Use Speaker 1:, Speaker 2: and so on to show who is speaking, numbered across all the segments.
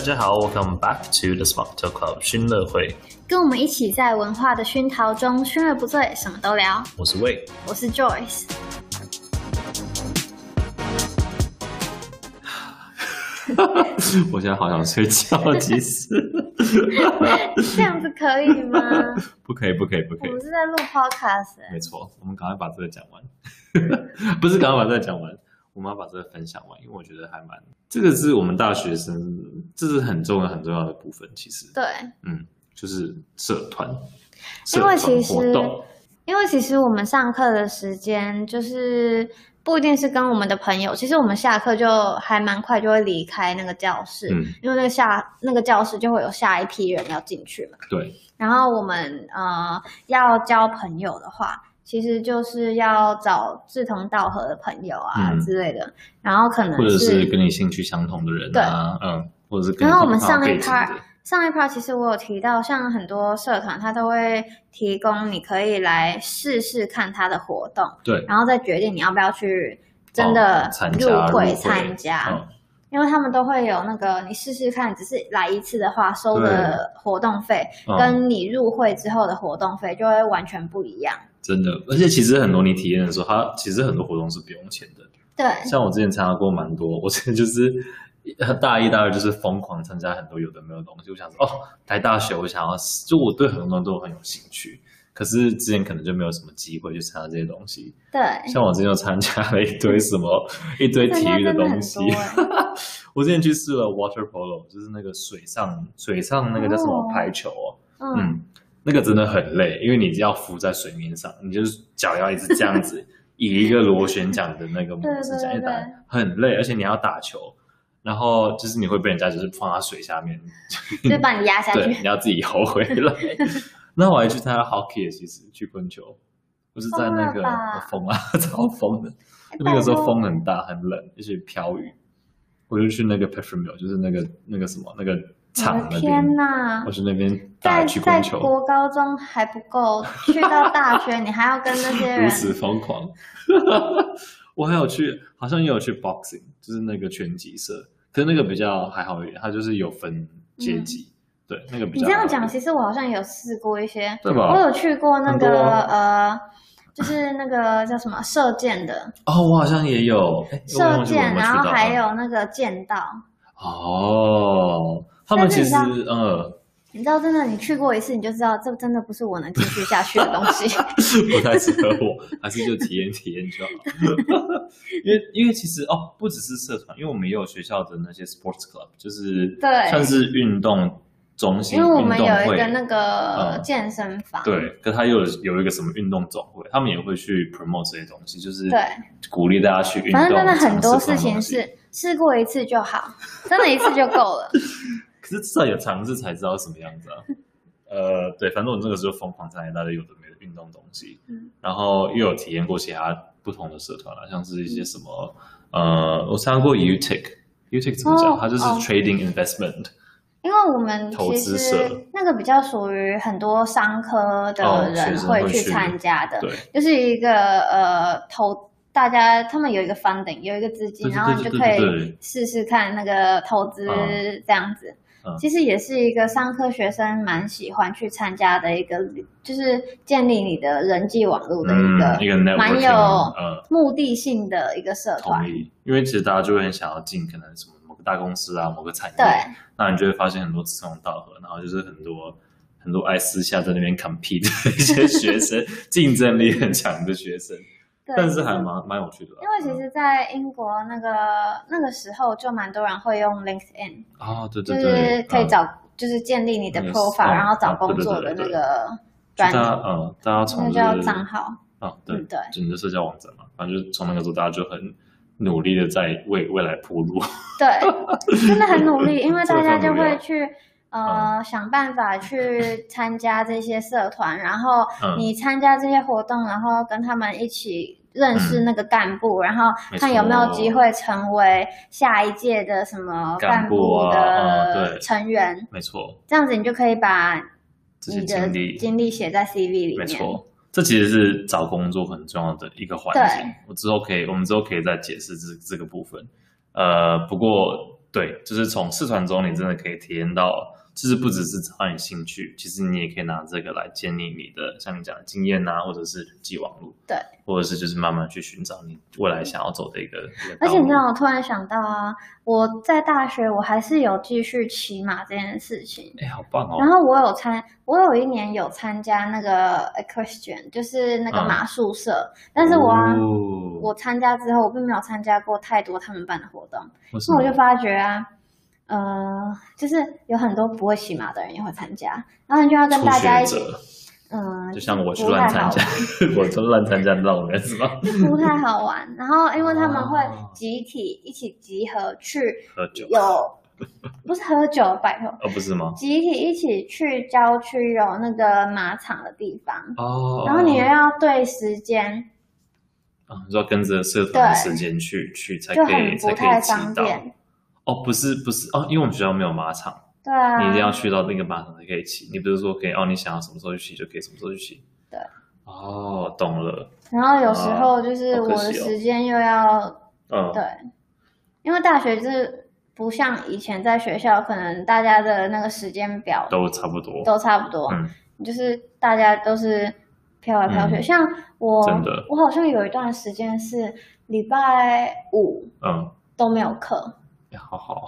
Speaker 1: 家好，Welcome back to the Smart Talk Club 熏乐会，
Speaker 2: 跟我们一起在文化的熏陶中，熏而不醉，什么都聊。
Speaker 1: 我是魏。
Speaker 2: 我是 Joyce。
Speaker 1: 我现在好想睡觉，其实
Speaker 2: 这样子可以吗？
Speaker 1: 不可以，不可以，不可
Speaker 2: 我
Speaker 1: 以
Speaker 2: 们，是在录 Podcast，欸、
Speaker 1: 没错，我们赶快把这个讲完， 不是赶快把这个讲完，我们要把这个分享完，因为我觉得还蛮，这个是我们大学生，这是很重要很重要的部分，其实，
Speaker 2: 对，
Speaker 1: 嗯，就是社团，社
Speaker 2: 因为
Speaker 1: 团
Speaker 2: 其
Speaker 1: 活
Speaker 2: 实
Speaker 1: 动，
Speaker 2: 因为其实我们上课的时间就是不一定是跟我们的朋友，其实我们下课就还蛮快就会离开那个教室，
Speaker 1: 嗯，
Speaker 2: 因为那个下那个教室就会有下一批人要进去嘛。
Speaker 1: 对，
Speaker 2: 然后我们呃要交朋友的话，其实就是要找志同道合的朋友啊、
Speaker 1: 嗯
Speaker 2: 之类的，然后可能
Speaker 1: 或者是跟你兴趣相同的人啊，嗯，或者是跟你
Speaker 2: 然后我们
Speaker 1: 同行
Speaker 2: 上一
Speaker 1: 背景的
Speaker 2: part 上一 part 其实我有提到，像很多社团它都会提供你可以来试试看它的活动，
Speaker 1: 对，
Speaker 2: 然后再决定你要不要去真的
Speaker 1: 哦参
Speaker 2: 入
Speaker 1: 加入
Speaker 2: 会
Speaker 1: 会
Speaker 2: 参加，
Speaker 1: 嗯，
Speaker 2: 因为他们都会有那个你试试看，只是来一次的话收的活动费
Speaker 1: 嗯
Speaker 2: 跟你入会之后的活动费就会完全不一样。
Speaker 1: 真的，而且其实很多你体验的时候，它其实很多活动是不用钱的。
Speaker 2: 对，
Speaker 1: 像我之前参加过蛮多，我之前就是呃大一、大二就是疯狂参加很多有的没有的东西。我想说，哦，来大学我想要，就我对很多东西都很有兴趣，可是之前可能就没有什么机会去参加这些东西。
Speaker 2: 对，
Speaker 1: 像我之前就参加了一堆什么一堆体育
Speaker 2: 参加真的
Speaker 1: 东
Speaker 2: 很
Speaker 1: 西
Speaker 2: 多， 欸
Speaker 1: 我之前去试了 water polo，就是那个水上水上那个叫什么
Speaker 2: 哦
Speaker 1: 排球哦，
Speaker 2: 嗯，
Speaker 1: 嗯，那个真的很累，因为你要浮在水面上，你就是脚要一直这样 子，以一个螺旋桨的那个模式
Speaker 2: 对对
Speaker 1: 这样一直打
Speaker 2: 对，
Speaker 1: 很累，而且你要打球，然后就是你会被人家就是放在水下面，
Speaker 2: 就把你压下
Speaker 1: 对，
Speaker 2: 去。
Speaker 1: 你要自己游回 来。那我还去参加 hockey，其实去棍球，我是在那个
Speaker 2: 疯
Speaker 1: 我疯
Speaker 2: 了吧
Speaker 1: 啊， 超疯的，
Speaker 2: 哎
Speaker 1: 那个时候
Speaker 2: 拜托
Speaker 1: 风很大，很冷，而且飘雨，我就去那个 p e t r o m i l 就是那个那个什么那个
Speaker 2: 我
Speaker 1: 场
Speaker 2: 的
Speaker 1: 那边。
Speaker 2: 天呐
Speaker 1: 我！去那边打
Speaker 2: 在
Speaker 1: 曲棍
Speaker 2: 在
Speaker 1: 球，
Speaker 2: 国高中还不 够，去到大学你还要跟那些
Speaker 1: 如
Speaker 2: 人，
Speaker 1: 此疯狂。 我还有去，好像也有去 boxing，就是那个拳击社，可是那个比较还好一点，它就是有分阶级，对，那个比
Speaker 2: 嗯你
Speaker 1: 较
Speaker 2: 这
Speaker 1: 还好
Speaker 2: 样
Speaker 1: 一点。
Speaker 2: 讲，其实我好像有试过一些，
Speaker 1: 对吧
Speaker 2: 我有去过那
Speaker 1: 啊很多
Speaker 2: 个
Speaker 1: 啊
Speaker 2: 呃，就是那个叫什么射箭的
Speaker 1: 哦，我好像也有诶我
Speaker 2: 射
Speaker 1: 忘记我有
Speaker 2: 箭，
Speaker 1: 没有去
Speaker 2: 然后
Speaker 1: 到
Speaker 2: 还有那个剑道。
Speaker 1: 哦，他们其实
Speaker 2: 但是
Speaker 1: 嗯
Speaker 2: 你知道，真的，你去过一次，你就知道这真的不是我能继续下去的东西。
Speaker 1: 不太适合我，还是就体验体验就好。 因为因为其实哦，不只是社团，因为我们也有学校的那些 sports club，就是
Speaker 2: 对
Speaker 1: 像是运动中心，
Speaker 2: 因为我们
Speaker 1: 运动
Speaker 2: 有一
Speaker 1: 会
Speaker 2: 个那个
Speaker 1: 嗯
Speaker 2: 健身房，
Speaker 1: 对，可他又有有一个什么运动总会，他们也会去 promote 这些东西，就是
Speaker 2: 对
Speaker 1: 鼓励大家去运动。
Speaker 2: 反正真的很多
Speaker 1: 尝试不
Speaker 2: 事
Speaker 1: 同
Speaker 2: 情
Speaker 1: 东西，
Speaker 2: 是试过一次就好，真的一次就够了。
Speaker 1: 可是至少有尝试才知道什么样子 啊。呃，对，反正我那个时候疯狂参加一大堆有的没的运动东西，
Speaker 2: 嗯
Speaker 1: 然后又有体验过其他不同的社团啊，像是一些什么呃，我参加过 UTIC，UTIC 怎么讲？
Speaker 2: 嗯哦
Speaker 1: 它就是
Speaker 2: 哦
Speaker 1: trading investment，、
Speaker 2: 因为我们
Speaker 1: 投
Speaker 2: 其
Speaker 1: 资社
Speaker 2: 实那个比较属于很多商科
Speaker 1: 哦
Speaker 2: 的
Speaker 1: 学
Speaker 2: 人
Speaker 1: 生
Speaker 2: 会
Speaker 1: 会去
Speaker 2: 去参加的，
Speaker 1: 对，
Speaker 2: 就是一个呃投大家他们有一个 funding 有一个资金，
Speaker 1: 对对
Speaker 2: 然后你
Speaker 1: 对对
Speaker 2: 就可
Speaker 1: 对对
Speaker 2: 以试试看那个投资
Speaker 1: 嗯
Speaker 2: 这样子
Speaker 1: 嗯。
Speaker 2: 其实也是一个商科学生蛮喜欢去参加的一个，就是建立你的人际网络的一
Speaker 1: 嗯，一
Speaker 2: 个
Speaker 1: 个 networking，
Speaker 2: 蛮有
Speaker 1: 嗯。
Speaker 2: 目的性的一个社团
Speaker 1: 同。意，因为其实大家就会很想要进可能什么某个大公司啊，某个产业，
Speaker 2: 对
Speaker 1: 那你就会发现很多志同道合，然后就是很多很多爱私下在那边 compete 的一些学生，竞争力很强的学生，
Speaker 2: 对，
Speaker 1: 但是
Speaker 2: 就
Speaker 1: 还蛮蛮有趣的啦。
Speaker 2: 因为其
Speaker 1: 嗯
Speaker 2: 实，在英国那个那个时候，就蛮多人会用 LinkedIn，
Speaker 1: 啊，对
Speaker 2: 就
Speaker 1: 对对，
Speaker 2: 是可以
Speaker 1: 嗯
Speaker 2: 找，就是建立你的
Speaker 1: 那个
Speaker 2: profile，
Speaker 1: 嗯
Speaker 2: 然后找
Speaker 1: 嗯
Speaker 2: 工作
Speaker 1: 对对
Speaker 2: 的那
Speaker 1: 对
Speaker 2: 个
Speaker 1: 就大
Speaker 2: 专，
Speaker 1: 家嗯，大家从
Speaker 2: 那
Speaker 1: 就
Speaker 2: 叫
Speaker 1: 是
Speaker 2: 账号，
Speaker 1: 啊，对
Speaker 2: 嗯，，对。
Speaker 1: 整个社交网站嘛，反正就是从那个时候大家就很努力的在为未来铺路。
Speaker 2: 对，真的很努力，因为
Speaker 1: 这
Speaker 2: 大
Speaker 1: 个
Speaker 2: 家
Speaker 1: 更
Speaker 2: 就
Speaker 1: 无聊
Speaker 2: 会去呃、想办法去参加这些社团，然后
Speaker 1: 嗯
Speaker 2: 你参加这些活动，然后跟他们一起认识那个干部，然后
Speaker 1: 没
Speaker 2: 看有没有
Speaker 1: 错
Speaker 2: 机会成为下一届的什么
Speaker 1: 干
Speaker 2: 干
Speaker 1: 部啊嗯
Speaker 2: 的
Speaker 1: 对
Speaker 2: 成员，
Speaker 1: 没错，
Speaker 2: 这样子你就可以把
Speaker 1: 这些
Speaker 2: 你的
Speaker 1: 经历
Speaker 2: 经历写在 CV 里面。
Speaker 1: 没错，这其实是找工作很重要的一个环节
Speaker 2: 对。
Speaker 1: 我之后可以，我们之后可以再解释这这个部分。呃，不过对，就是从试传中，你真的可以体验到，就是不只是找到你兴趣，其实你也可以拿这个来建立你的，像你讲的经验啊，或者是人际网络，
Speaker 2: 对，
Speaker 1: 或者是就是慢慢去寻找你未来想要走的一个。一个
Speaker 2: 而且
Speaker 1: 道
Speaker 2: 你知
Speaker 1: 路
Speaker 2: 道，我突然想到啊，我在大学我还是有继续骑马这件事情。
Speaker 1: 哎，好棒哦！
Speaker 2: 然后我有参，我有一年有参加那个 equestrian，就是那个
Speaker 1: 嗯
Speaker 2: 马术社，但是我啊，
Speaker 1: 哦
Speaker 2: 我参加之后，我并没有参加过太多他们办的活动，
Speaker 1: 为什
Speaker 2: 那我
Speaker 1: 么
Speaker 2: 就发觉啊，呃，就是有很多不会骑马的人也会参加，然后你就要跟
Speaker 1: 初
Speaker 2: 大
Speaker 1: 学
Speaker 2: 家一起，
Speaker 1: 者，
Speaker 2: 嗯、
Speaker 1: 就像我去
Speaker 2: 不
Speaker 1: 乱
Speaker 2: 太
Speaker 1: 参
Speaker 2: 好
Speaker 1: 加， 我就乱参加那种人是 吧？
Speaker 2: 就不太好玩。然后因为他们会
Speaker 1: 哦
Speaker 2: 集体一起集合去
Speaker 1: 喝酒
Speaker 2: 有，不是喝酒，拜托，
Speaker 1: 哦，不是吗？
Speaker 2: 集体一起去郊区有那个马场的地方，
Speaker 1: 哦，
Speaker 2: 然后你又要对时间，
Speaker 1: 啊，就要跟着社团的
Speaker 2: 对
Speaker 1: 时间去去才
Speaker 2: 就
Speaker 1: 可以
Speaker 2: 很
Speaker 1: 才
Speaker 2: 不
Speaker 1: 可以
Speaker 2: 太
Speaker 1: 骑
Speaker 2: 方
Speaker 1: 到。
Speaker 2: 便。
Speaker 1: 哦，不是不是哦，因为我们学校没有马场，
Speaker 2: 对啊，
Speaker 1: 你一定要去到那个马场才可以骑。你不是说可以哦，你想要什么时候去骑就可以什么时候去骑。
Speaker 2: 对。
Speaker 1: 哦，懂了。
Speaker 2: 然后有时
Speaker 1: 啊
Speaker 2: 候就是
Speaker 1: 好
Speaker 2: 我
Speaker 1: 可
Speaker 2: 的
Speaker 1: 惜哦
Speaker 2: 时间又要、
Speaker 1: 嗯，
Speaker 2: 对，因为大学就是不像以前在学校，可能大家的那个时间表
Speaker 1: 都差不多。
Speaker 2: 都差不多，
Speaker 1: 嗯
Speaker 2: 就是大家都是飘来飘去。
Speaker 1: 嗯
Speaker 2: 像我
Speaker 1: 真的，
Speaker 2: 我好像有一段时间是礼拜五
Speaker 1: 嗯，
Speaker 2: 都没有课，
Speaker 1: 哎好好。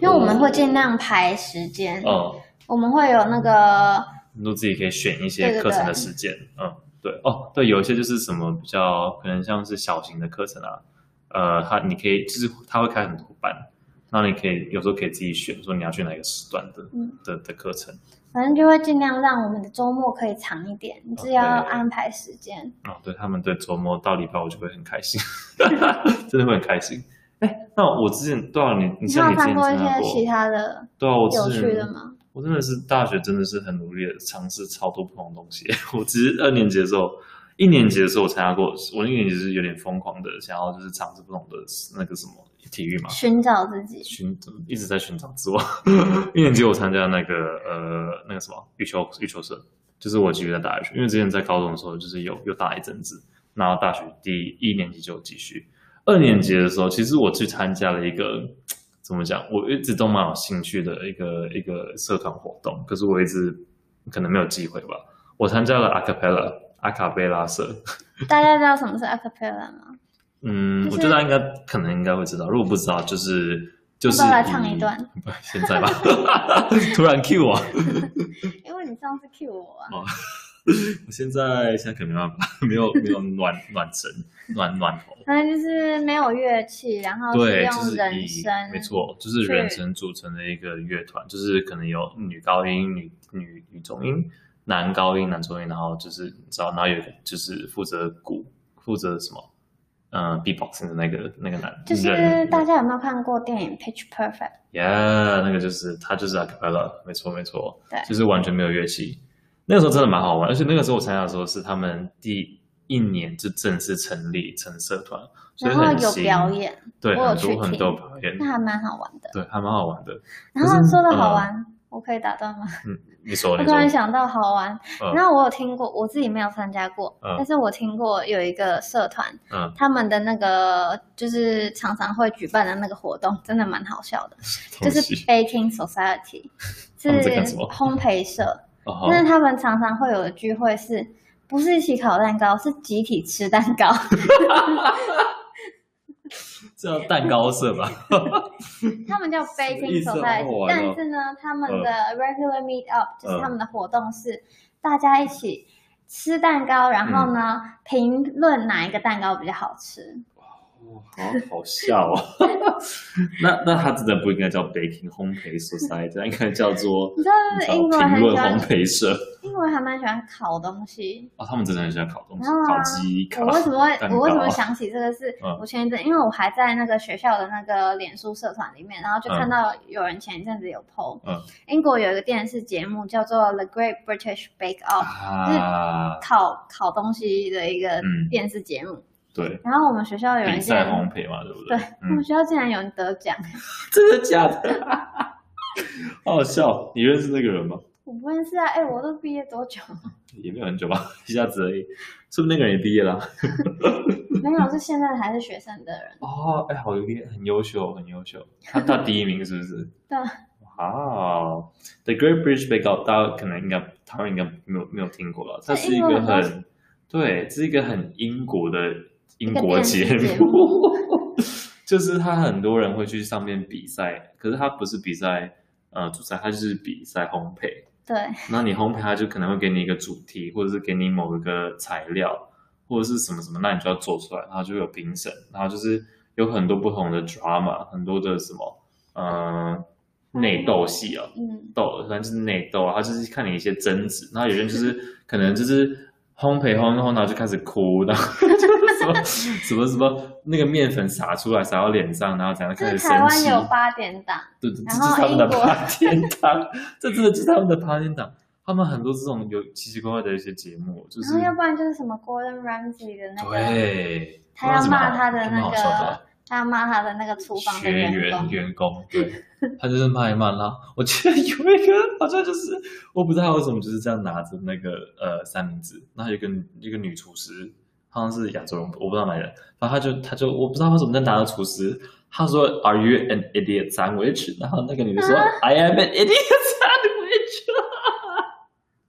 Speaker 2: 因为我们会尽量排时间，
Speaker 1: 嗯，
Speaker 2: 我们会有那个
Speaker 1: 你都自己可以选一
Speaker 2: 对
Speaker 1: 些
Speaker 2: 对
Speaker 1: 课程
Speaker 2: 对
Speaker 1: 的时间。嗯，对。哦，对，有一些就是什么比较可能像是小型的课程啊，呃，它你可以就是它会开很多班，然后你可以有时候可以自己选说你要去哪个时段的
Speaker 2: 嗯
Speaker 1: 的的课程。
Speaker 2: 反正就会尽量让我们的周末可以长一
Speaker 1: 哦
Speaker 2: 点，你只要
Speaker 1: 对
Speaker 2: 安排时间。
Speaker 1: 哦，对他们对周末到礼拜五就会很开心， 真的会很开心。哎，那我之前对啊，你你
Speaker 2: 还
Speaker 1: 像
Speaker 2: 有
Speaker 1: 你之
Speaker 2: 看
Speaker 1: 前
Speaker 2: 过一
Speaker 1: 参加
Speaker 2: 些其
Speaker 1: 过，
Speaker 2: 他的
Speaker 1: 对啊，我
Speaker 2: 有
Speaker 1: 之
Speaker 2: 趣的
Speaker 1: 前
Speaker 2: 吗？
Speaker 1: 我真的是大学真的是很努力的尝试超多不同的东西。 我只是二年级的时候，一年级的时候我参加过，我一年级是有点疯狂的想要就是尝试不同的那个什么体育嘛，
Speaker 2: 寻找自己。
Speaker 1: 寻一直在寻找自我。 一年级我参加那个呃那个什么羽球羽球社，就是我继续在大学，因为之前在高中的时候就是有有打一阵子，然后大学第一年级就有继续。二年级的时候，其实我去参加了一个怎么讲，我一直都蛮有兴趣的一个一个社团活动，可是我一直可能没有机会吧。我参加了阿卡贝拉阿卡贝拉社，
Speaker 2: 大家知道什么是 acapella 吗？
Speaker 1: 嗯，
Speaker 2: 就是
Speaker 1: 我觉得大家应该可能应该会知道，如果不知道，就是就是
Speaker 2: 要不要来唱一
Speaker 1: 以
Speaker 2: 段，
Speaker 1: 不现在吧， 突然 Q 我，哦
Speaker 2: 因为你上次 cue 我、啊，
Speaker 1: 我现在现在可能没办法，没有没有暖暖身 暖暖头，
Speaker 2: 反正就是没有乐器，然后哦是
Speaker 1: 对，就
Speaker 2: 用
Speaker 1: 是
Speaker 2: 人
Speaker 1: 以
Speaker 2: 声，
Speaker 1: 没错，就是
Speaker 2: 是
Speaker 1: 人声组成的一个乐团，就是可能有女高音、女女女中音、男高音、男中音，然后就是你知道，然后有一个就是负责鼓、负责什么，嗯、呃、，beatboxing 的那个那个男，
Speaker 2: 就是
Speaker 1: 人
Speaker 2: 大家有没有看过电影《Pitch Perfect》？
Speaker 1: Yeah，那个就是他就是 a cappella，没错没错，
Speaker 2: 对
Speaker 1: 就是完全没有乐器。那个时候真的蛮好玩，而且那个时候我参加的时候是他们第一年就正式成立成社团，所以
Speaker 2: 然后
Speaker 1: 很
Speaker 2: 有
Speaker 1: 新
Speaker 2: 表，演，
Speaker 1: 对，
Speaker 2: 我有
Speaker 1: 很
Speaker 2: 去
Speaker 1: 多很
Speaker 2: 听
Speaker 1: 多表演，
Speaker 2: 那还蛮好玩的。
Speaker 1: 对，还蛮好玩的。
Speaker 2: 然后
Speaker 1: 可是
Speaker 2: 说到好
Speaker 1: 嗯
Speaker 2: 玩，我可以打断吗？
Speaker 1: 你说
Speaker 2: 我
Speaker 1: 你
Speaker 2: 突
Speaker 1: 说，
Speaker 2: 然想到好玩，
Speaker 1: 嗯
Speaker 2: 然后我有听过，我自己没有参加过，
Speaker 1: 嗯
Speaker 2: 但是我听过有一个社团，
Speaker 1: 嗯，
Speaker 2: 他们的那个就是常常会举办的那个活动，真的蛮好笑的，就
Speaker 1: 东
Speaker 2: 是
Speaker 1: 西
Speaker 2: Baking Society，是
Speaker 1: 他们在干什么
Speaker 2: 烘 焙社。
Speaker 1: 哦好
Speaker 2: 但是他们常常会有的聚会是，不是一起烤蛋糕，是集体吃蛋糕。
Speaker 1: 这叫蛋糕社吧？
Speaker 2: 他们叫
Speaker 1: 意
Speaker 2: Baking
Speaker 1: 思啊好
Speaker 2: Society，
Speaker 1: 玩哦嗯
Speaker 2: 但是呢，他们的 regular meet up 就是他们的活动是大家一起吃蛋糕，然
Speaker 1: 嗯
Speaker 2: 后呢评论哪一个蛋糕比较好吃。
Speaker 1: 哦好好笑哦。 那那他真的不应该叫 baking 烘焙 society，它应该叫做
Speaker 2: 你知道就是英国人
Speaker 1: 评
Speaker 2: 很
Speaker 1: 论
Speaker 2: 喜欢
Speaker 1: 烘，焙社。
Speaker 2: 英国人还蛮喜欢烤 东西。
Speaker 1: 哦，他们真的很喜欢烤东西，
Speaker 2: 然后啊
Speaker 1: 烤鸡、烤
Speaker 2: 我为什么会
Speaker 1: 蛋糕啊
Speaker 2: 我为什么想起这个事？
Speaker 1: 嗯
Speaker 2: 我前一阵因为我还在那个学校的那个脸书社团里面，然后就看到有人前一阵子有 PO，、
Speaker 1: 嗯
Speaker 2: 英国有一个电视节目叫做《The Great British Bake Off》，
Speaker 1: 啊？
Speaker 2: 烤烤东西的一个
Speaker 1: 嗯
Speaker 2: 电视节目。
Speaker 1: 对，
Speaker 2: 然后我们学校有人
Speaker 1: 比
Speaker 2: 竟
Speaker 1: 赛
Speaker 2: 然
Speaker 1: 烘焙嘛，对不
Speaker 2: 对、我们
Speaker 1: 嗯，
Speaker 2: 学校竟然有人得奖，
Speaker 1: 真的假的？ 好好笑！你认识那个人吗？
Speaker 2: 我不认识啊！哎、我都毕业多久了？
Speaker 1: 也没有很久吧，一下子而已。是不是那个人也毕业了？
Speaker 2: 没有，是现在还是学生的人。
Speaker 1: 哦，哎，好厉害，很优秀，很优秀。他他第一名是不是？
Speaker 2: 对，
Speaker 1: 哇，The 哦 Great British Bake Off，大家可能应该台湾应该没有没有听过了，它是一
Speaker 2: 啊英国
Speaker 1: 个
Speaker 2: 很多
Speaker 1: 很对，是一个很英国的英
Speaker 2: 个
Speaker 1: 国
Speaker 2: 电视
Speaker 1: 节
Speaker 2: 节
Speaker 1: 目， 就是他很多人会去上面比赛，可是他不是比赛呃主菜，他就是比赛烘焙。
Speaker 2: 对，
Speaker 1: 那你烘焙，它就可能会给你一个主题，或者是给你某一个材料，或者是什么什么，那你就要做出来，然后就有评审，然后就是有很多不同的 drama，很多的什么，嗯、内斗戏啊，
Speaker 2: 嗯，
Speaker 1: 斗，反正就是内斗啊，他就是看你一些争执，然后有些人就是可能就是烘焙烘一烘，然后就开始哭，然后就是什么什么什么那个面粉洒出来洒到脸上，然后怎样
Speaker 2: 就
Speaker 1: 开始
Speaker 2: 是
Speaker 1: 生
Speaker 2: 台湾
Speaker 1: 气。
Speaker 2: 有八点档，
Speaker 1: 对对，这
Speaker 2: 然
Speaker 1: 就是
Speaker 2: 后
Speaker 1: 他们
Speaker 2: 英
Speaker 1: 的
Speaker 2: 国
Speaker 1: 八天档，这真的就是他们的八天档。他们很多这种有奇奇怪怪的一些节目，就
Speaker 2: 然
Speaker 1: 是
Speaker 2: 后要不然就是什么 Gordon Ramsay 的那个，
Speaker 1: 对，
Speaker 2: 他要骂他的
Speaker 1: 蛮
Speaker 2: 那
Speaker 1: 好笑的啊
Speaker 2: 个，他要骂他的那个厨房的
Speaker 1: 学员
Speaker 2: 工，
Speaker 1: 员工， 对，他就是骂一骂啦。我记得有一个好像就是我不知道为什么就是这样拿着那个呃三明治，然后有一个一个女厨师，好像是亚洲人，我不知道哪里人，然后他就他就我不知道为什么在拿着厨师，他说 Are you an idiot sandwich？然后那个女的
Speaker 2: 啊
Speaker 1: 说、I am an idiot sandwich。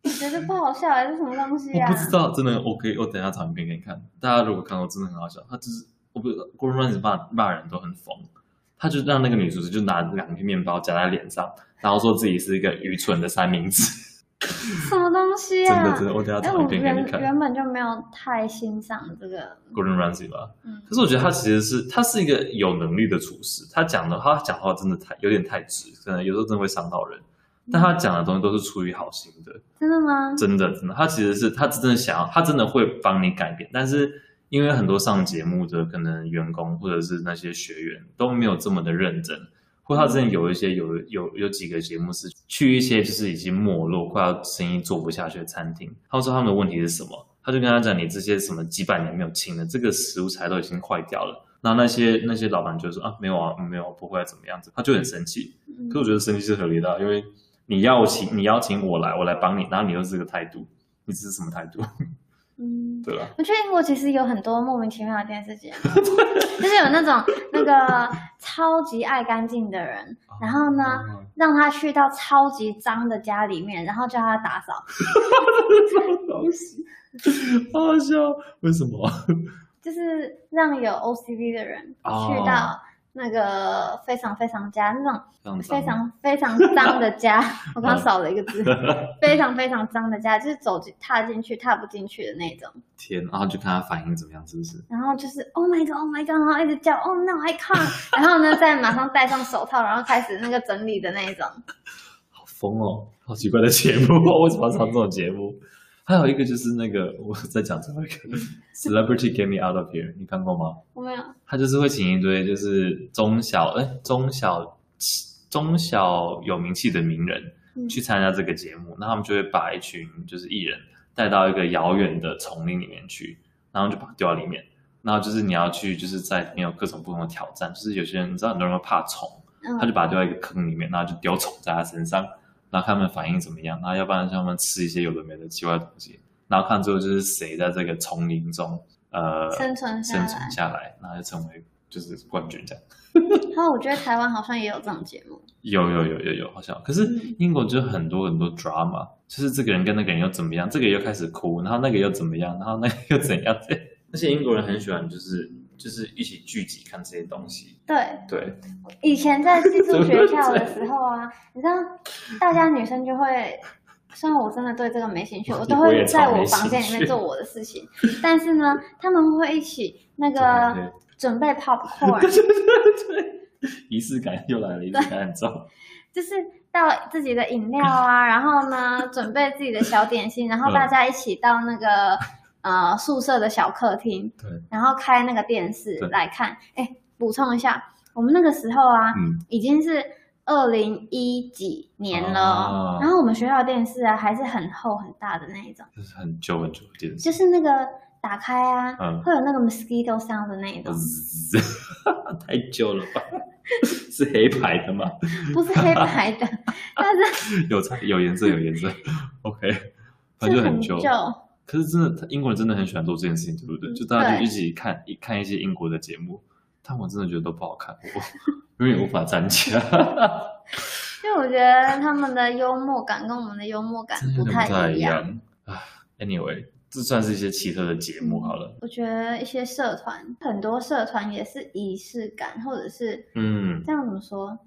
Speaker 2: 你觉得不好笑还是什么东西啊
Speaker 1: 我不？知道，真的，我可以，我等一下找影片给你看。大家如果看过，真的很好笑。他就是，我不知道，郭润子骂骂人都很疯，他就让那个女主持就拿两片面包夹在脸上，然后说自己是一个愚蠢的三明治。
Speaker 2: 什么东西
Speaker 1: 真
Speaker 2: 啊？
Speaker 1: 的，真的，我等一下
Speaker 2: 哎，
Speaker 1: 找影
Speaker 2: 我
Speaker 1: 片给
Speaker 2: 原
Speaker 1: 你看。
Speaker 2: 原本就没有太欣赏这个，
Speaker 1: Gordon Ramsay 吧，
Speaker 2: 嗯，
Speaker 1: 可是我觉得他其实是他是一个有能力的厨师，他讲的他讲话真的太有点太直，可能有时候真的会伤到人。但他讲的东西都是出于好心的，
Speaker 2: 嗯真的吗？
Speaker 1: 真的真的，他其实是他真的想要，他真的会帮你改变，但是因为很多上节目的可能员工或者是那些学员都没有这么的认真，或他之前有一些有有有几个节目是去一些就是已经没落、快要生意做不下去的餐厅，他说他们的问题是什么？他就跟他讲，你这些什么几百年没有清的，这个食物材都已经坏掉了。那那些那些老板就说啊，没有啊，没有，不会啊怎么样子，他就很生气。
Speaker 2: 嗯
Speaker 1: 可是我觉得生气是合理的啊，因为你要请你邀请我来，我来帮你，然后你又是这个态度，你这是什么态度？
Speaker 2: 嗯，
Speaker 1: 对吧？
Speaker 2: 我觉得英国其实有很多莫名其妙的电视 节目，就是有那种那个超级爱干净的人，然后呢，
Speaker 1: 嗯？
Speaker 2: 让他去到超级脏的家里面，然后叫他打扫，
Speaker 1: 东西， 好好笑，为什么？
Speaker 2: 就是让有 OCD 的人
Speaker 1: 哦
Speaker 2: 去到那个非常非常家那种
Speaker 1: 这样子啊
Speaker 2: 非常非常脏的 家，我刚刚少了一个字，非常非常脏的家，就是走进踏进去踏不进去的那种。
Speaker 1: 天，然后就看他反应怎么样，是不是？
Speaker 2: 然后就是 Oh my God，Oh my God，然后一直叫 Oh no I can't，然后呢再马上戴上手套，然后开始那个整理的那一种。
Speaker 1: 好疯哦，好奇怪的节目哦， 为什么要上这种节目？还有一个就是那个我在讲最后一个 Celebrity Get Me Out of Here，你看过吗？
Speaker 2: 我没有，
Speaker 1: 他就是会请一堆就是中小哎中小中小有名气的名人
Speaker 2: 嗯
Speaker 1: 去参加这个节目，那他们就会把一群就是艺人带到一个遥远的丛林里面去，然后就把它丢到里面，然后就是你要去就是在里面有各种不同的挑战，就是有些人你知道很多人会怕虫，
Speaker 2: 嗯，
Speaker 1: 他就把它丢到一个坑里面，然后就丢虫在他身上，然后看他们反应怎么样，然后要不然就让他们吃一些有的没的奇怪的东西，然后看最后就是谁在这个丛林中呃
Speaker 2: 生存下
Speaker 1: 生
Speaker 2: 来。
Speaker 1: 存下来，然后就成为就是冠军这样。
Speaker 2: 然后我觉得台湾好像也有这种节目，
Speaker 1: 有有有有有，好像可是
Speaker 2: 嗯
Speaker 1: 英国就很多很多 drama，就是这个人跟那个人又怎么样，这个又开始哭，然后那个又怎么样，然后那个又怎 样。而且英国人很喜欢就是就是一起聚集看这些东西，
Speaker 2: 对，
Speaker 1: 对，
Speaker 2: 以前在寄宿学
Speaker 1: 怎么会这
Speaker 2: 校的
Speaker 1: 样
Speaker 2: 时候啊，你知道，大家女生就会，虽然我真的对这个没兴趣，我都
Speaker 1: 我也
Speaker 2: 会
Speaker 1: 超
Speaker 2: 在
Speaker 1: 没
Speaker 2: 我房间里
Speaker 1: 兴
Speaker 2: 面
Speaker 1: 趣
Speaker 2: 做我的事情，但是呢，他们会一起那
Speaker 1: 对 对
Speaker 2: 个准备 popcorn，
Speaker 1: 仪式感又来了，仪式感很重。
Speaker 2: 就是到自己的饮料 啊，然后呢，准备自己的小点心，
Speaker 1: 嗯
Speaker 2: 然后大家一起到那个呃宿舍的小客厅，
Speaker 1: 对，
Speaker 2: 然后开那个电视
Speaker 1: 对
Speaker 2: 来看。哎，补充一下，我们那个时候啊，
Speaker 1: 嗯，
Speaker 2: 已经是二零一几年了，
Speaker 1: 啊
Speaker 2: 然后我们学校的电视啊还是很厚很大的那一种，
Speaker 1: 就是很久很久的电视，
Speaker 2: 就是那个打开啊，
Speaker 1: 嗯
Speaker 2: 会有那个 mosquito sound 的那一种，
Speaker 1: 滋 太久了吧？是黑白的吗？
Speaker 2: 不是黑白 的，但是
Speaker 1: 有彩有颜色有颜色，OK，反 正
Speaker 2: 是
Speaker 1: 就
Speaker 2: 很
Speaker 1: 久。
Speaker 2: 旧。嗯
Speaker 1: 可是真的，英国人真的很喜欢做这件事情，对不对？就大家就一起看一看一些英国的节目，但我真的觉得都不好看，我永远无法站起 来。
Speaker 2: 因为我觉得他们的幽默感跟我们的幽默感
Speaker 1: 不
Speaker 2: 太
Speaker 1: 一
Speaker 2: 样。
Speaker 1: 啊，anyway，这算是一些奇特的节目好了。
Speaker 2: 我觉得一些社团，很多社团也是仪式感，或者是
Speaker 1: 嗯，
Speaker 2: 这样怎么说？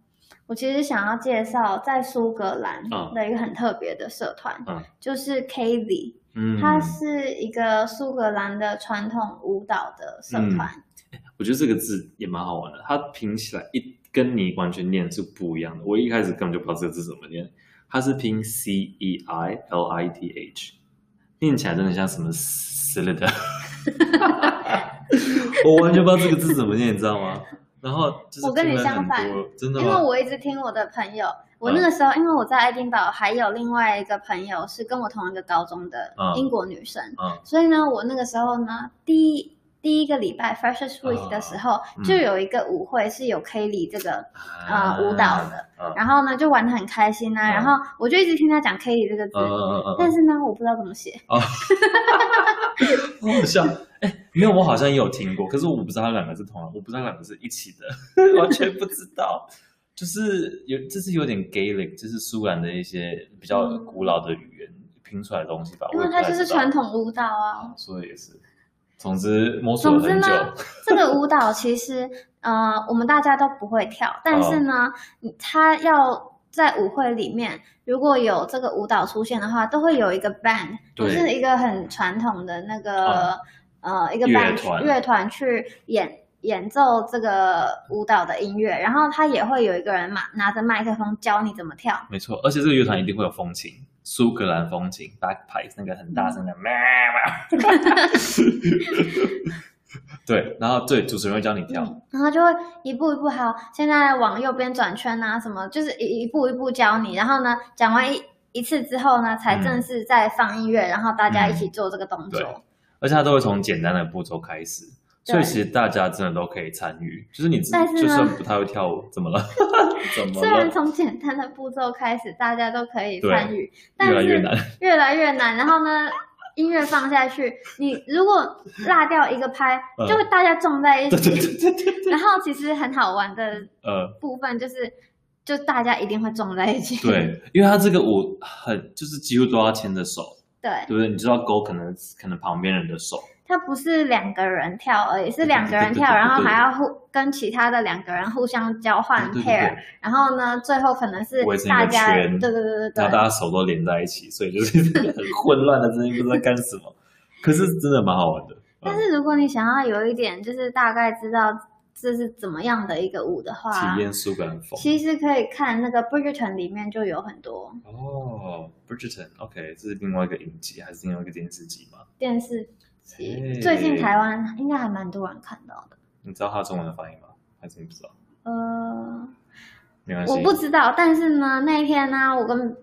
Speaker 2: 我其实想要介绍在苏格兰
Speaker 1: 嗯
Speaker 2: 的一个很特别的社团，
Speaker 1: 嗯
Speaker 2: 就是 k a t i e
Speaker 1: 嗯，
Speaker 2: 它是一个苏格兰的传统舞蹈的社团，
Speaker 1: 我觉得这个字也蛮好玩的，它拼起来一跟你完全念是不一样的。我一开始根本就不知道这个字怎么念，它是拼 C E I L I T H，念起来真的像什么 c i l i d 我完全不知道这个字怎么念，你知道吗？然后就是
Speaker 2: 我跟你
Speaker 1: 听了很
Speaker 2: 相反
Speaker 1: 多，真的
Speaker 2: 因为
Speaker 1: 吗？嗯
Speaker 2: 我一直听我的朋友，我那个时候因为我在爱丁堡还有另外一个朋友是跟我同一个高中的
Speaker 1: 嗯
Speaker 2: 英国女生，
Speaker 1: 嗯
Speaker 2: 所以呢，我那个时候呢，第一第一个礼拜 Freshers Week 的时候，
Speaker 1: 嗯
Speaker 2: 就有一个舞会是有 k a t i e 这个
Speaker 1: 啊
Speaker 2: 呃舞蹈的，
Speaker 1: 嗯
Speaker 2: 然后呢就玩的很开心啊，
Speaker 1: 嗯
Speaker 2: 然后我就一直听他讲 k a t i e 这个字，
Speaker 1: 嗯啊嗯嗯嗯
Speaker 2: 但是呢我不知道怎么写，
Speaker 1: 嗯，好像哎，没有，我好像也有听过，可是我不知道它两个是同样，我不知道它两个是一起的，完全不知道。就是有，这是有点 Gaelic，就是苏格兰的一些比较
Speaker 2: 嗯
Speaker 1: 古老的语言拼出来的东西吧。
Speaker 2: 因
Speaker 1: 我也不
Speaker 2: 为它
Speaker 1: 太
Speaker 2: 就是
Speaker 1: 知道
Speaker 2: 传统舞蹈啊，
Speaker 1: 啊，说的也是。总之摸索
Speaker 2: 总
Speaker 1: 了
Speaker 2: 之
Speaker 1: 很
Speaker 2: 呢
Speaker 1: 久，，
Speaker 2: 这个舞蹈其实呃，我们大家都不会跳，但是
Speaker 1: 哦
Speaker 2: 呢，你它要在舞会里面，如果有这个舞蹈出现的话，都会有一个 band，
Speaker 1: 对哦
Speaker 2: 就是一个很传统的那个、呃一个
Speaker 1: 乐
Speaker 2: band
Speaker 1: 团
Speaker 2: 乐团去演。演奏这个舞蹈的音乐，然后他也会有一个人嘛拿着麦克风教你怎么跳，
Speaker 1: 没错，而且这个乐团一定会有风琴，苏格兰风琴 bagpipes 那个 很大声的 喵喵。对，然后对主持人会教你跳，
Speaker 2: 嗯，然后就会一步一步，好，现在往右边转圈啊，什么，就是一一步一步教你。然后呢，讲完一一次之后呢，才正式再放音乐，然后大家一起做这个动
Speaker 1: 对
Speaker 2: 作。
Speaker 1: 而且它都会从简单的步骤开始，
Speaker 2: 对
Speaker 1: 所以其实大家真的都可以参与。就是你自
Speaker 2: 但是呢
Speaker 1: 就算不太会跳舞，怎么了？ 怎么
Speaker 2: 虽然
Speaker 1: 了？
Speaker 2: 从简单的步骤开始，大家都可以参与，但
Speaker 1: 越来
Speaker 2: 是
Speaker 1: 越难。
Speaker 2: 越来越难。然后呢，音乐放下去，你如果落掉一个拍，
Speaker 1: 嗯
Speaker 2: 就会大家撞在一
Speaker 1: 对对
Speaker 2: 起。
Speaker 1: 对对对，
Speaker 2: 然后其实很好玩的
Speaker 1: 呃，
Speaker 2: 部分就是，就大家一定会撞在一起。
Speaker 1: 对，因为他这个舞很就是几乎都要牵着手，
Speaker 2: 对。
Speaker 1: 对不对？你就要勾可能可能旁边人的手，
Speaker 2: 它不是两个人跳而已，是两个人
Speaker 1: 对对对对
Speaker 2: 跳，
Speaker 1: 对
Speaker 2: 然后还要互跟其他的两个人互相交换
Speaker 1: 对对对
Speaker 2: pair，然后呢，最后可能是
Speaker 1: 围成一个
Speaker 2: 大家对
Speaker 1: 圈
Speaker 2: 对对对
Speaker 1: 然后
Speaker 2: 对
Speaker 1: 大家手都连在一起，所以就是 很混乱的，真的不知道干什么。可是真的蛮好玩的。
Speaker 2: 但是如果你想要有一点就是大概知道这是怎么样的一个舞的话
Speaker 1: 体，验苏格兰风
Speaker 2: 其实可以看那个 Bridgerton 里面就有很多
Speaker 1: 哦，Bridgerton，OK，、这是另外一个影集还是另外一个电视剧吗？
Speaker 2: 电视剧
Speaker 1: 嘿，
Speaker 2: 最近台湾应该还蛮多人看到的。
Speaker 1: 你知道它中文的翻译吗？还是你不知道？
Speaker 2: 呃，
Speaker 1: 没关系，
Speaker 2: 我不知道，但是呢，那一天呢，我跟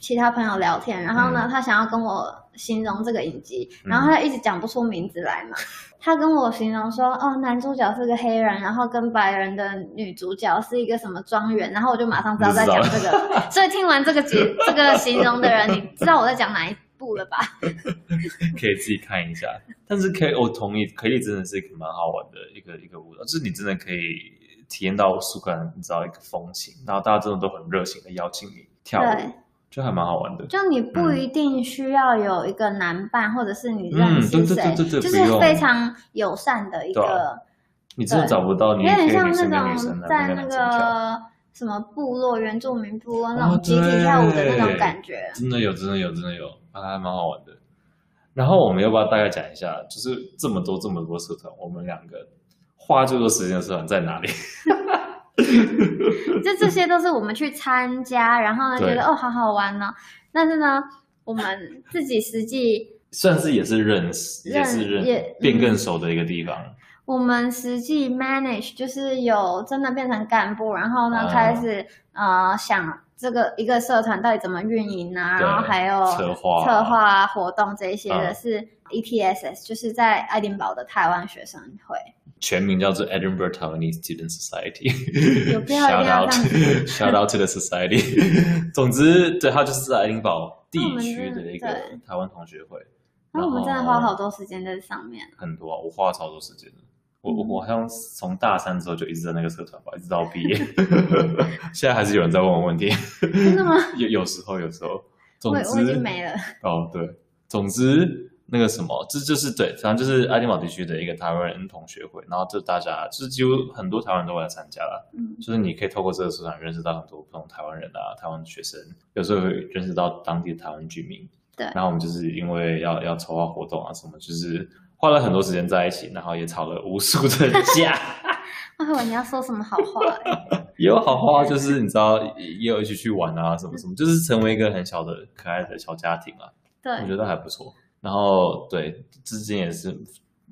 Speaker 2: 其他朋友聊天，然后呢，他想要跟我形容这个影集，
Speaker 1: 嗯
Speaker 2: 然后他一直讲不出名字来嘛。他跟我形容说，哦，男主角是个黑人，然后跟白人的女主角是一个什么庄园，然后我就马上知道在讲这个了。 所以听完这个节这个形容的人，你知道我在讲哪一部了吧？
Speaker 1: 可以自己看一下。 但是 K，我同意，K 真的是一个蛮好玩的一个一个舞蹈，就是你真的可以体验到苏格兰，你知道一个风情，然后大家真的都很热情的邀请你跳舞
Speaker 2: 对，
Speaker 1: 就还蛮好玩的。
Speaker 2: 就你不一定需要有一个男伴，或者是你认
Speaker 1: 嗯
Speaker 2: 识
Speaker 1: 对对
Speaker 2: 谁，
Speaker 1: 对对对不
Speaker 2: 就是
Speaker 1: 用
Speaker 2: 非常友善的一
Speaker 1: 对啊
Speaker 2: 个。
Speaker 1: 你真的找不到你
Speaker 2: 有点
Speaker 1: 可以
Speaker 2: 像
Speaker 1: 女生跟
Speaker 2: 那
Speaker 1: 女生
Speaker 2: 种
Speaker 1: 的
Speaker 2: 在
Speaker 1: 跟
Speaker 2: 那
Speaker 1: 男生跳，
Speaker 2: 个什么部落原住民部落那
Speaker 1: 哦
Speaker 2: 种集体跳舞的那种
Speaker 1: 对
Speaker 2: 感觉。
Speaker 1: 真的有，真的有，真的有，啊，还蛮好玩的。然后我们要不要大概讲一下，就是这么多这么多社团，我们两个花最多时间的社团在哪里？
Speaker 2: 就这些都是我们去参加，然后呢
Speaker 1: 对
Speaker 2: 觉得哦好好玩呢，但是呢我们自己实际
Speaker 1: 算是也是认识，
Speaker 2: 认
Speaker 1: 也是认
Speaker 2: 也嗯
Speaker 1: 变更熟的一个地方。
Speaker 2: 我们实际 manage 就是有真的变成干部，然后呢
Speaker 1: 啊
Speaker 2: 开始呃想。这个一个社团到底怎么运营啊？
Speaker 1: 对
Speaker 2: 然后还有
Speaker 1: 策划
Speaker 2: 策划啊活动这一些的
Speaker 1: 嗯
Speaker 2: 是 E EPSS，、就是在爱丁堡的台湾学生 会。
Speaker 1: 全名叫做 Edinburgh Taiwanese Student Society，
Speaker 2: 有必要
Speaker 1: Shout
Speaker 2: 一定要
Speaker 1: out-
Speaker 2: 啊这
Speaker 1: shout out to the society。总之，对，它就是爱丁堡地
Speaker 2: 那我们
Speaker 1: 区
Speaker 2: 真的
Speaker 1: 的一个
Speaker 2: 对
Speaker 1: 台湾同学会。
Speaker 2: 然后我们真的
Speaker 1: 然
Speaker 2: 花
Speaker 1: 后
Speaker 2: 好多时间在上面。
Speaker 1: 很多、啊，我花了超多时间的。我我
Speaker 2: 嗯
Speaker 1: 我好像从大三之后就一直在那个社团吧，一直到 毕业。现在还是有人在问我问题，
Speaker 2: 真的吗？
Speaker 1: 有有时候有时候，
Speaker 2: 我
Speaker 1: 嗯总之
Speaker 2: 我已经没了。
Speaker 1: 哦，对，总之那个什么，这就是对，反正就是爱丁堡地区的一个台湾人同学会，然后就大家就是几乎很多台湾人都会来参加啦，
Speaker 2: 嗯，
Speaker 1: 就是你可以透过这个社团认识到很多不同台湾人啊，台湾学生，有时候会认识到当地的台湾居民。
Speaker 2: 对
Speaker 1: 然后我们就是因为要要筹划活动啊什么，就是花了很多时间在一起，然后也吵了无数的架。
Speaker 2: 我以为你要说什么好 话、欸。
Speaker 1: 也有好话，就是你知道，也有一起去玩啊，什么什么，就是成为一个很小的可爱的小家庭啊。我
Speaker 2: 对，
Speaker 1: 觉得还不错。然后对，之间也是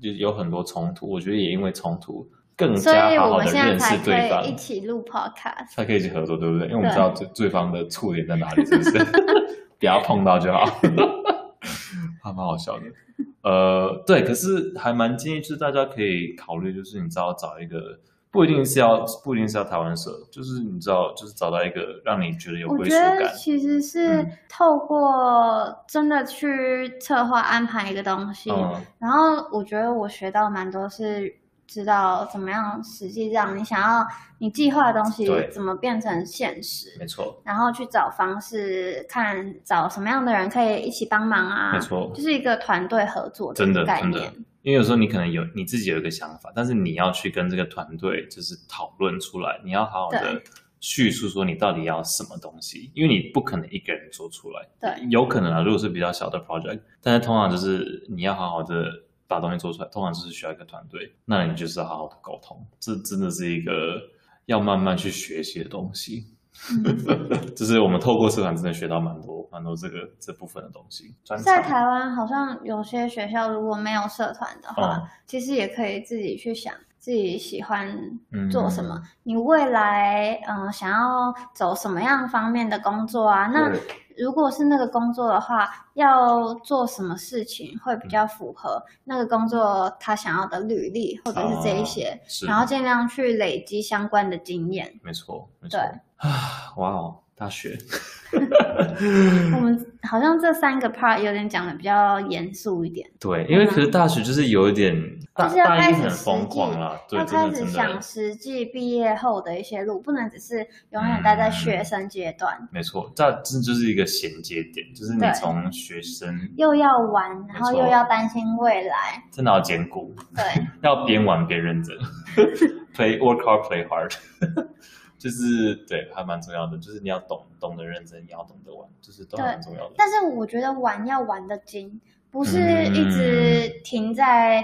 Speaker 1: 就有很多冲突，我觉得也因为冲突更
Speaker 2: 所
Speaker 1: 加
Speaker 2: 以
Speaker 1: 好
Speaker 2: 我
Speaker 1: 好
Speaker 2: 们
Speaker 1: 的
Speaker 2: 现在
Speaker 1: 认
Speaker 2: 才
Speaker 1: 识
Speaker 2: 可
Speaker 1: 对方
Speaker 2: 以一，起录 podcast。
Speaker 1: 才可以一起合作，对不对？因为我们
Speaker 2: 对
Speaker 1: 知道对对方的触点在哪里，是不 是？不要碰到就好，还蛮好笑的。呃，对，可是还蛮建议，就是大家可以考虑，就是你知道找一个。不一定是要，不一定是要台湾社，就是你知道，就是找到一个让你觉得有
Speaker 2: 我
Speaker 1: 归
Speaker 2: 觉
Speaker 1: 属
Speaker 2: 得
Speaker 1: 感。
Speaker 2: 其实是
Speaker 1: 嗯
Speaker 2: 透过真的去策划安排一个东西，
Speaker 1: 嗯，
Speaker 2: 然后我觉得我学到蛮多是。知道怎么样实际让你想要你计划的东西
Speaker 1: 对
Speaker 2: 怎么变成现实，
Speaker 1: 没错，
Speaker 2: 然后去找方式，看找什么样的人可以一起帮忙啊，
Speaker 1: 没错。
Speaker 2: 就是一个团队合作
Speaker 1: 真的
Speaker 2: 的概
Speaker 1: 真的
Speaker 2: 念。
Speaker 1: 因为有时候你可能有你自己有一个想法，但是你要去跟这个团队就是讨论出来，你要好好的
Speaker 2: 对
Speaker 1: 叙述说你到底要什么东西，因为你不可能一个人做出来。
Speaker 2: 对，
Speaker 1: 有可能啊，如果是比较小的 project，但是通常就是你要好好的把东西做出来，通常就是需要一个团队，那你就是要好好的沟通，这真的是一个要慢慢去学习的东 西。嗯
Speaker 2: 嗯
Speaker 1: 就是我们透过社团真的学到蛮多蛮多这个这部分的东西。专
Speaker 2: 在
Speaker 1: 长
Speaker 2: 台湾好像有些学校如果没有社团的话，
Speaker 1: 嗯
Speaker 2: 其实也可以自己去想自己喜欢做什么，
Speaker 1: 嗯
Speaker 2: 你未来嗯、呃想要走什么样方面的工作啊？那
Speaker 1: 对
Speaker 2: 如果是那个工作的话，要做什么事情会比较符合
Speaker 1: 嗯
Speaker 2: 那个工作他想要的履历，或者是这一些，
Speaker 1: 哦是
Speaker 2: 然后尽量去累积相关的经验。
Speaker 1: 没错，没错。
Speaker 2: 对
Speaker 1: 啊，哇哦，大学，
Speaker 2: 我们好像这三个 part 有点讲的比较严肃一点，
Speaker 1: 对，因为
Speaker 2: 嗯
Speaker 1: 可是大学就是有一点大
Speaker 2: 就是要
Speaker 1: 大
Speaker 2: 开
Speaker 1: 一
Speaker 2: 始
Speaker 1: 很
Speaker 2: 实
Speaker 1: 疯狂
Speaker 2: 际
Speaker 1: 啦，对，
Speaker 2: 要
Speaker 1: 真
Speaker 2: 开
Speaker 1: 的
Speaker 2: 始
Speaker 1: 真
Speaker 2: 想
Speaker 1: 的，
Speaker 2: 实际毕业后的一些路，不能只是永远待
Speaker 1: 嗯
Speaker 2: 在学生阶段，
Speaker 1: 没错，这这就是一个衔接点，就是你
Speaker 2: 对
Speaker 1: 从学生
Speaker 2: 又要玩，然后
Speaker 1: 没错
Speaker 2: 又要担心未来，
Speaker 1: 真的要兼顾，
Speaker 2: 对。
Speaker 1: 要边玩边认真，play work hard play hard，就是对，还蛮重要的，就是你要懂懂得认真，也要懂得玩，就是都
Speaker 2: 对
Speaker 1: 蛮重要的。
Speaker 2: 但是我觉得玩要玩的精，不是
Speaker 1: 嗯
Speaker 2: 一直停在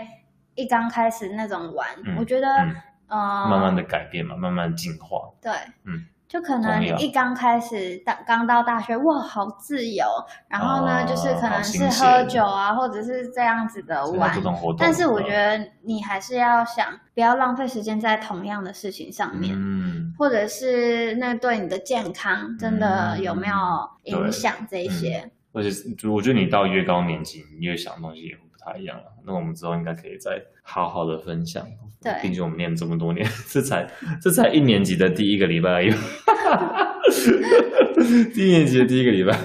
Speaker 2: 一刚开始那种玩。
Speaker 1: 嗯
Speaker 2: 我觉得，
Speaker 1: 嗯
Speaker 2: 呃，
Speaker 1: 慢慢的改变嘛，慢慢地进化，
Speaker 2: 对，
Speaker 1: 嗯。
Speaker 2: 就可能
Speaker 1: 同意啊
Speaker 2: 一刚开始到刚到大学，哇，好自由。然后
Speaker 1: 哦
Speaker 2: 呢，就是可能是
Speaker 1: 好新鲜
Speaker 2: 喝酒啊，或者是这样子的
Speaker 1: 参加
Speaker 2: 呃玩
Speaker 1: 各。种活动。
Speaker 2: 但是我觉
Speaker 1: 呃，
Speaker 2: 得你还是要想，不要浪费时间在同样的事情上面，
Speaker 1: 嗯，
Speaker 2: 或者是那对你的健康真的有没有影
Speaker 1: 嗯对
Speaker 2: 响这一
Speaker 1: 嗯
Speaker 2: 些。
Speaker 1: 而且是就我觉得你到越高年纪，你越想的东西也会不太一样了。啊那我们之后应该可以再好好的分享。
Speaker 2: 对
Speaker 1: 毕竟我们念这么多年，这才这才一年级的第一个礼拜而已。 第一年级的第一个礼拜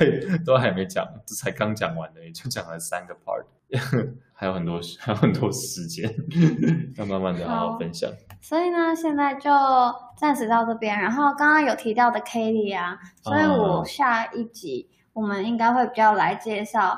Speaker 1: 都还没讲，这才刚讲完的，也就讲了三个 part，还有很多还有很多时间，要慢慢的好好
Speaker 2: 好
Speaker 1: 分享。
Speaker 2: 所以呢，现在就暂时到这边。然后刚刚有提到的 Kelly 啊，所以我下一集我们应该会比较来介绍